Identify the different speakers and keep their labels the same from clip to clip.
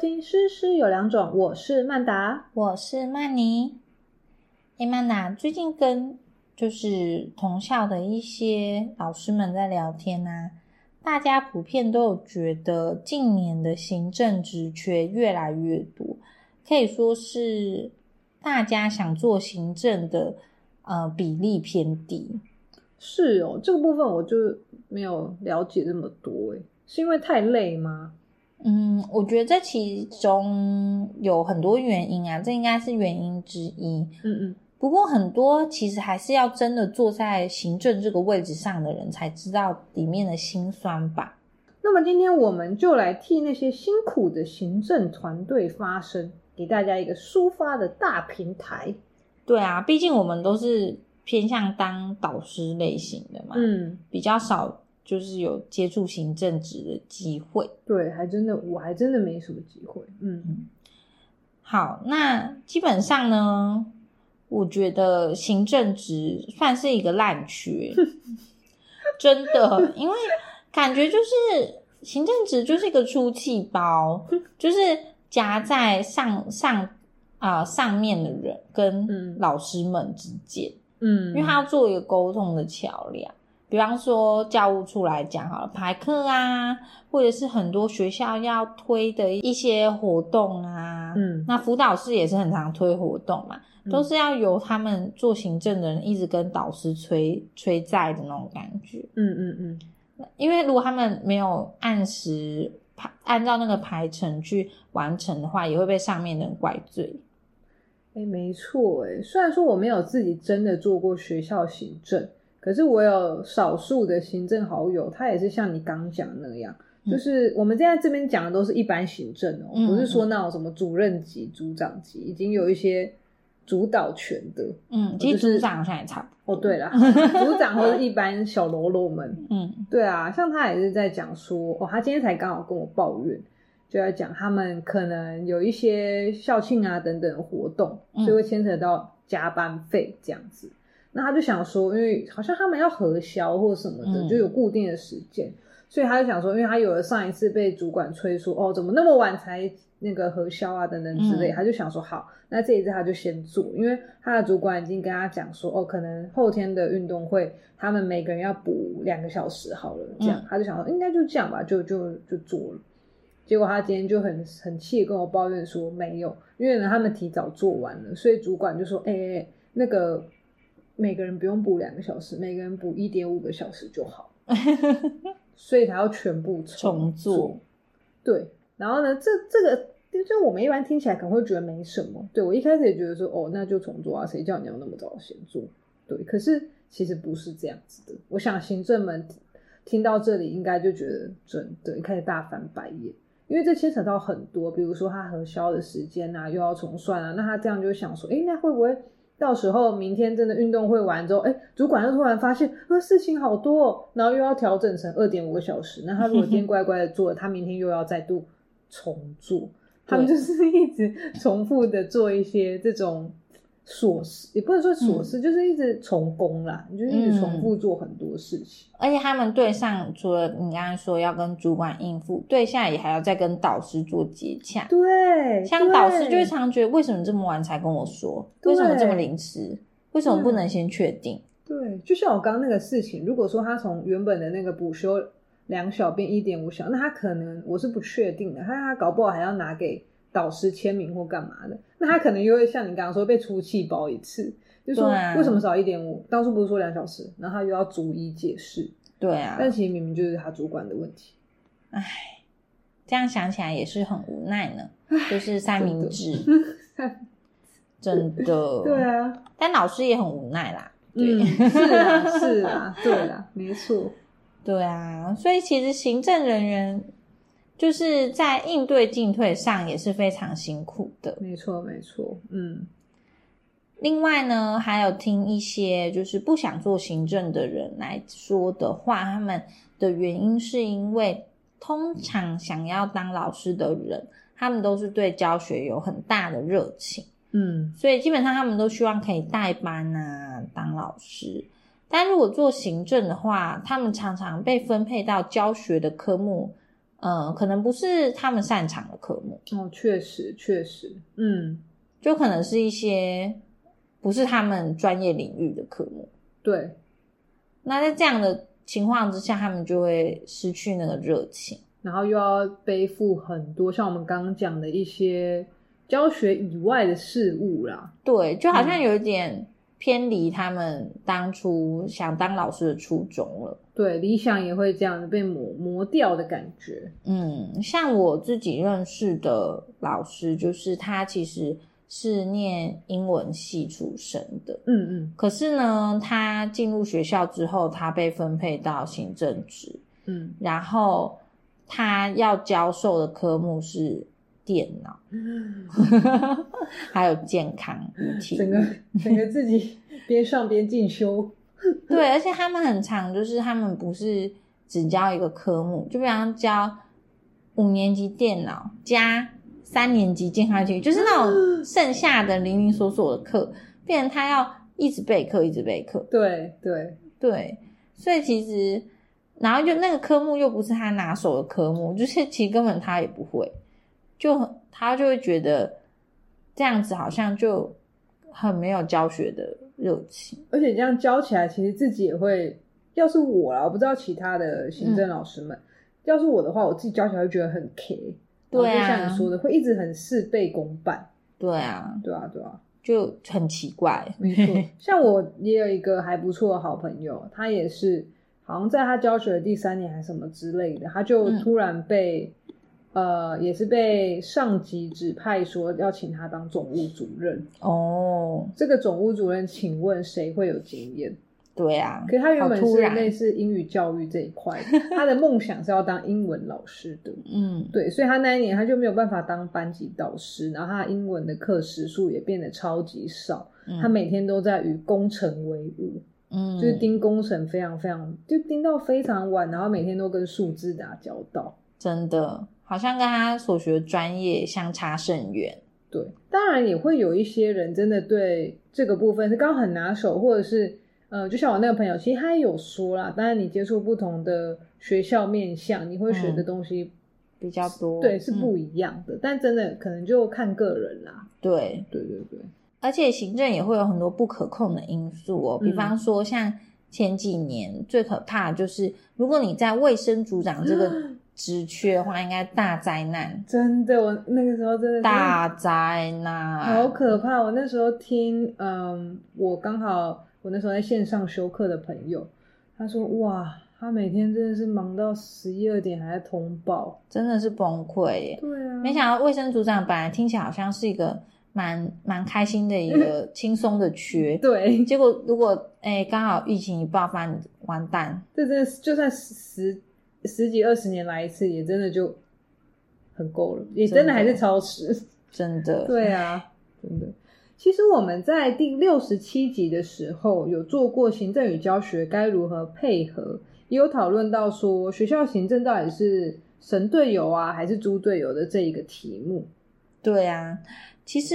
Speaker 1: 听诗诗有两种，我是曼达。
Speaker 2: 我是曼妮。诶，曼达，最近跟就是同校的一些老师们在聊天啊，大家普遍都有觉得近年的行政职缺越来越多，可以说是大家想做行政的呃比例偏低。
Speaker 1: 是哦，这个部分我就没有了解那么多诶，是因为太累吗？
Speaker 2: 嗯，我觉得这其中有很多原因啊，这应该是原因之一。
Speaker 1: 嗯嗯，
Speaker 2: 不过很多其实还是要真的坐在行政这个位置上的人才知道里面的辛酸吧。
Speaker 1: 那么今天我们就来替那些辛苦的行政团队发声，给大家一个抒发的大平台。
Speaker 2: 对啊，毕竟我们都是偏向当导师类型的嘛，
Speaker 1: 嗯，
Speaker 2: 比较少就是有接触行政职的机会。
Speaker 1: 对，还真的，我还真的没什么机会。嗯，
Speaker 2: 好，那基本上呢，我觉得行政职算是一个烂 缺，真的，因为感觉就是行政职就是一个出气包，就是夹在上上啊、上面的人
Speaker 1: 嗯
Speaker 2: 跟老师们之间，
Speaker 1: 嗯，
Speaker 2: 因为他要做一个沟通的桥梁。比方说教务处来讲好了，排课啊，或者是很多学校要推的一些活动啊，
Speaker 1: 嗯
Speaker 2: 那辅导室也是很常推活动嘛，
Speaker 1: 嗯
Speaker 2: 都是要由他们做行政的人一直跟导师催催债的那种感觉。
Speaker 1: 嗯嗯嗯，
Speaker 2: 因为如果他们没有按时排按照那个排程去完成的话，也会被上面的人怪罪。
Speaker 1: 哎、没错，哎，虽然说我没有自己真的做过学校行政，可是我有少数的行政好友，他也是像你刚讲的那样，
Speaker 2: 嗯
Speaker 1: 就是我们现在这边讲的都是一般行政哦、
Speaker 2: 嗯
Speaker 1: 不是说那种什么主任级、组长级，已经有一些主导权的。
Speaker 2: 嗯，其
Speaker 1: 就
Speaker 2: 实
Speaker 1: 是
Speaker 2: 组长好像也差不多。
Speaker 1: 哦，对 了，组长或者一般小喽啰们，
Speaker 2: 嗯
Speaker 1: 对啊，像他也是在讲说，哦，他今天才刚好跟我抱怨，就在讲他们可能有一些校庆啊等等活动，
Speaker 2: 嗯
Speaker 1: 所以会牵扯到加班费这样子。那他就想说，因为好像他们要核销或什么的，
Speaker 2: 嗯
Speaker 1: 就有固定的时间，所以他就想说，因为他有了上一次被主管催说，哦，怎么那么晚才那个核销啊等等之类，
Speaker 2: 嗯
Speaker 1: 他就想说，好，那这一次他就先做，因为他的主管已经跟他讲说，哦，可能后天的运动会他们每个人要补两个小时好了，这样、
Speaker 2: 嗯
Speaker 1: 他就想说应该就这样吧，就就就做了。结果他今天就很很气地跟我抱怨说没有，因为呢他们提早做完了，所以主管就说，哎、哎那个每个人不用补两个小时，每个人补一点五个小时就好， 所以才要全部
Speaker 2: 重做。
Speaker 1: 对，然后呢，这这个就就我们一般听起来可能会觉得没什么。对我一开始也觉得说，哦，那就重做啊，谁叫你要那么早先做？对，可是其实不是这样子的。我想行政们听听到这里，应该就觉得真的开始大翻白眼，因为这牵扯到很多，比如说他核销的时间啊，又要重算啊，那他这样就想说，诶，那会不会？到时候明天真的运动会完之后，哎，主管又突然发现，呃，事情好多、哦，然后又要调整成二点五个小时。那他如果今天乖乖的做了，他明天又要再度重做。他们就是一直重复的做一些这种琐事，也不能说
Speaker 2: 嗯
Speaker 1: 琐事，就是一直重工啦，你就是一直重复做很多事情。
Speaker 2: 而且他们对上除了你刚才说要跟主管应付，对下也还要再跟导师做接洽。
Speaker 1: 对，
Speaker 2: 像导师就
Speaker 1: 对
Speaker 2: 会常觉得，为什么这么晚才跟我说？
Speaker 1: 对
Speaker 2: 为什么这么临时？为什么不能
Speaker 1: 嗯
Speaker 2: 先确定？
Speaker 1: 对，就像我刚刚那个事情，如果说他从原本的那个补休两小变一点五小，那他可能我是不确定的，他他搞不好还要拿给导师签名或干嘛的，那他可能又会像你刚刚说被出气包一次，就说
Speaker 2: 对啊
Speaker 1: 为什么少一点五？当初不是说两小时，然后他又要逐一解释，
Speaker 2: 对啊，
Speaker 1: 但其实明明就是他主管的问题。
Speaker 2: 这样想起来也是很无奈呢，就是三明 治，真的。
Speaker 1: 对，啊，
Speaker 2: 但老师也很无奈啦。哦对、
Speaker 1: 嗯，是啊，是啊，对啊，没错，
Speaker 2: 对啊，所以其实行政人员就是在应对进退上也是非常辛苦的。
Speaker 1: 没错，没错，嗯
Speaker 2: 另外呢，还有听一些就是不想做行政的人来说的话，他们的原因是因为通常想要当老师的人，他们都是对教学有很大的热情。
Speaker 1: 嗯
Speaker 2: 所以基本上他们都希望可以带班啊，当老师。但如果做行政的话，他们常常被分配到教学的科目，呃，可能不是他们擅长的科目，
Speaker 1: 哦，确实确实，嗯，
Speaker 2: 就可能是一些不是他们专业领域的科目。
Speaker 1: 对，
Speaker 2: 那在这样的情况之下，他们就会失去那个热情。
Speaker 1: 然后又要背负很多像我们刚刚讲的一些教学以外的事物啦。
Speaker 2: 对，就好像
Speaker 1: 嗯
Speaker 2: 有一点偏离他们当初想当老师的初衷了。
Speaker 1: 对，理想也会这样子被磨磨掉的感觉。
Speaker 2: 嗯，像我自己认识的老师，就是他其实是念英文系出身的，
Speaker 1: 嗯嗯
Speaker 2: 可是呢，他进入学校之后，他被分配到行政职，
Speaker 1: 嗯
Speaker 2: 然后他要教授的科目是电脑，
Speaker 1: 嗯
Speaker 2: 还有健康与体育
Speaker 1: 整个整个自己 边上边进修。
Speaker 2: 对，而且他们很长，就是他们不是只教一个科目，就比方教五年级电脑加三年级健康体育，就是那种剩下的零零琐琐的课，变成他要一直备课，一直备课。
Speaker 1: 对对，
Speaker 2: 对，所以其实，然后就那个科目又不是他拿手的科目，就是 其实根本他也不会，就很他就会觉得这样子好像就很没有教学的热情。
Speaker 1: 而且这样教起来，其实自己也会。要是我啦，我不知道其他的行政老师们，要是我的话，我自己教起来会觉得很 K。就
Speaker 2: 对啊
Speaker 1: 像你说的，会一直很事倍功半。
Speaker 2: 对啊，
Speaker 1: 对啊，对啊。
Speaker 2: 就很奇怪。
Speaker 1: 没错，像我也有一个还不错的好朋友，他也是好像在他教学的第三年还是什么之类的，他就
Speaker 2: 嗯
Speaker 1: 突然被、呃也是被上级指派说要请他当总务主任。
Speaker 2: 哦，
Speaker 1: 这个总务主任，请问谁会有经验？
Speaker 2: 对啊，
Speaker 1: 可是他原本
Speaker 2: 好突
Speaker 1: 是
Speaker 2: 然
Speaker 1: 类似英语教育这一块的，他的梦想是要当英文老师的。
Speaker 2: 嗯，
Speaker 1: 对，所以他那一年他就没有办法当班级导师，然后他的英文的课时数也变得超级少，
Speaker 2: 嗯
Speaker 1: 他每天都在与工程为伍。
Speaker 2: 嗯
Speaker 1: 就是盯工程非常非常，就盯到非常晚，然后每天都跟数字打交道。
Speaker 2: 真的好像跟他所学专业相差甚远。
Speaker 1: 对，当然也会有一些人真的对这个部分是刚好很拿手，或者是呃，就像我那个朋友，其实他也有说啦，当然你接触不同的学校面向，你会学的
Speaker 2: 嗯
Speaker 1: 东西、
Speaker 2: 比较多
Speaker 1: 对是
Speaker 2: 嗯
Speaker 1: 不一样的，但真的可能就看个人啦。
Speaker 2: 对，
Speaker 1: 对对对，
Speaker 2: 而且行政也会有很多不可控的因素哦，比
Speaker 1: 嗯
Speaker 2: 方说像前几年最可怕的就是，如果你在卫生组长 这个职缺的话，应该大灾难，
Speaker 1: 真的，我那个时候真的是
Speaker 2: 大灾难，
Speaker 1: 好可怕！我那时候听，嗯，我刚好我那时候在线上修课的朋友，他说，哇，他每天真的是忙到十一二点还在通报。
Speaker 2: 真的是崩溃耶。
Speaker 1: 对啊，
Speaker 2: 没想到卫生组长本来听起来好像是一个蛮蛮开心的一个 轻松的缺，
Speaker 1: 对，
Speaker 2: 结果如果哎刚好疫情一爆发，你完蛋。
Speaker 1: 这真的是就算十十几二十年来一次，也真的就很够了，也真
Speaker 2: 真的
Speaker 1: 的还是超时。
Speaker 2: 真的，
Speaker 1: 对啊，真的。其实我们在第六十七集的时候有做过行政与教学该如何配合，也有讨论到说学校行政到底是神队友啊，还是猪队友的这一个题目。
Speaker 2: 对啊，其实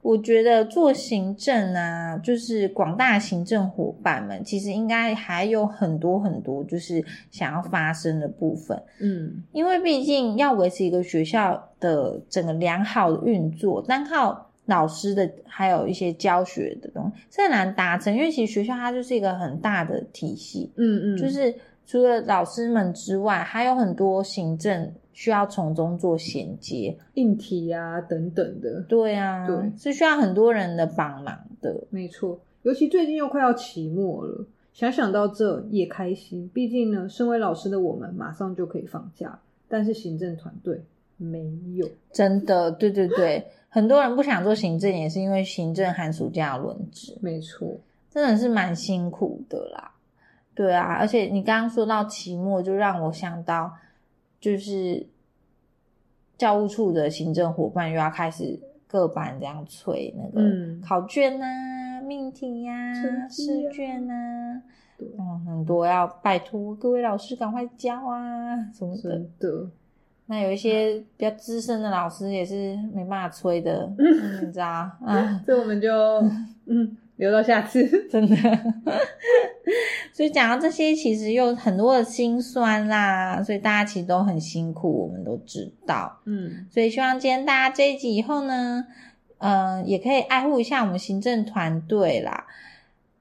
Speaker 2: 我觉得做行政啊，就是广大行政伙伴们，其实应该还有很多很多就是想要发生的部分，
Speaker 1: 嗯，
Speaker 2: 因为毕竟要维持一个学校的整个良好的运作，单靠老师的还有一些教学的东西是很难达成，因为其实学校它就是一个很大的体系，
Speaker 1: 嗯嗯，
Speaker 2: 就是除了老师们之外，还有很多行政需要从中做衔接。
Speaker 1: 硬体啊等等的，
Speaker 2: 对啊，
Speaker 1: 对
Speaker 2: 是需要很多人的帮忙的。
Speaker 1: 没错。尤其最近又快要期末了，想想到这也开心。毕竟呢，身为老师的我们马上就可以放假，但是行政团队没有。
Speaker 2: 真的，对对对，很多人不想做行政，也是因为行政寒暑假轮值，
Speaker 1: 没错，
Speaker 2: 真的是蛮辛苦的啦。对啊，而且你刚刚说到期末，就让我想到，就是教务处的行政伙伴又要开始各班这样催那
Speaker 1: 嗯
Speaker 2: 个考卷呐、命题呀、
Speaker 1: 成绩
Speaker 2: 试
Speaker 1: 啊
Speaker 2: 卷呐、
Speaker 1: 对
Speaker 2: 嗯，很多要拜托各位老师赶快教啊什么的。
Speaker 1: 哦真的。
Speaker 2: 那有一些比较资深的老师也是没办法催 的，嗯你知道啊，
Speaker 1: 这我们就嗯留到下次。
Speaker 2: 真的。 所以讲到这些，其实又很多的辛酸啦，所以大家其实都很辛苦，我们都知道。
Speaker 1: 嗯，
Speaker 2: 所以希望今天大家这一集以后呢，嗯、也可以爱护一下我们行政团队啦。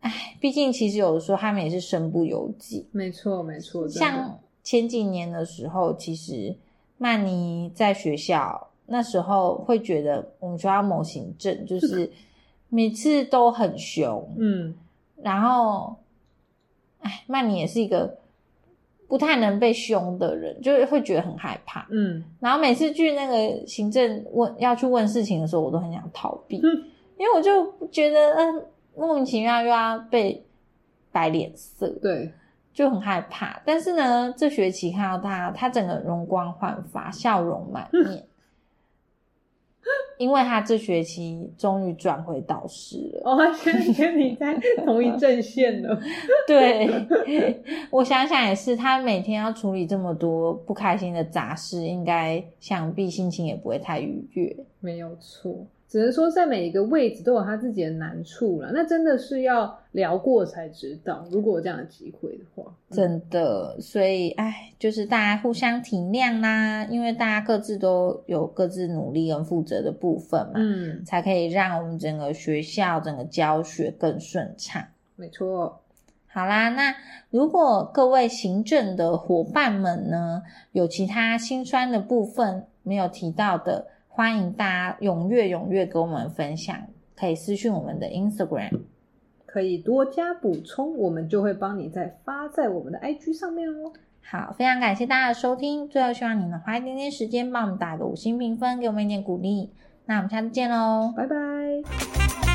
Speaker 2: 哎，毕竟其实有的时候他们也是身不由己。
Speaker 1: 没错没错，真的
Speaker 2: 像前几年的时候，其实曼妮在学校那时候会觉得我们学校某行政就是每次都很凶，
Speaker 1: 嗯
Speaker 2: 然后，哎，曼妮也是一个不太能被凶的人，就是会觉得很害怕。
Speaker 1: 嗯
Speaker 2: 然后每次去那个行政问要去问事情的时候，我都很想逃避，
Speaker 1: 嗯
Speaker 2: 因为我就觉得嗯、莫名其妙又要被摆脸色，
Speaker 1: 对，
Speaker 2: 就很害怕。但是呢，这学期看到他，他整个容光焕发，笑容满
Speaker 1: 嗯
Speaker 2: 面，因为他这学期终于转回导师了。
Speaker 1: 哦， 现在跟你在同一阵线了，
Speaker 2: 对， 我想想也是，他每天要处理这么多不开心的杂事，应该想必心情也不会太愉悦。
Speaker 1: 没有错。只能说，在每一个位置都有他自己的难处了，那真的是要聊过才知道。如果有这样的机会的话，嗯
Speaker 2: 真的，所以哎，就是大家互相体谅啦，因为大家各自都有各自努力跟负责的部分嘛，
Speaker 1: 嗯，
Speaker 2: 才可以让我们整个学校整个教学更顺畅。
Speaker 1: 没错。
Speaker 2: 好啦，那如果各位行政的伙伴们呢，有其他心酸的部分没有提到的，欢迎大家踊跃踊跃跟我们分享，可以私讯我们的 Instagram。
Speaker 1: 可以多加补充，我们就会帮你再发在我们的 IG 上面哦。
Speaker 2: 好，非常感谢大家的收听。最后，希望你能花一点点时间帮我们打个五星评分，给我们一点鼓励。那我们下次见喽，
Speaker 1: 拜拜。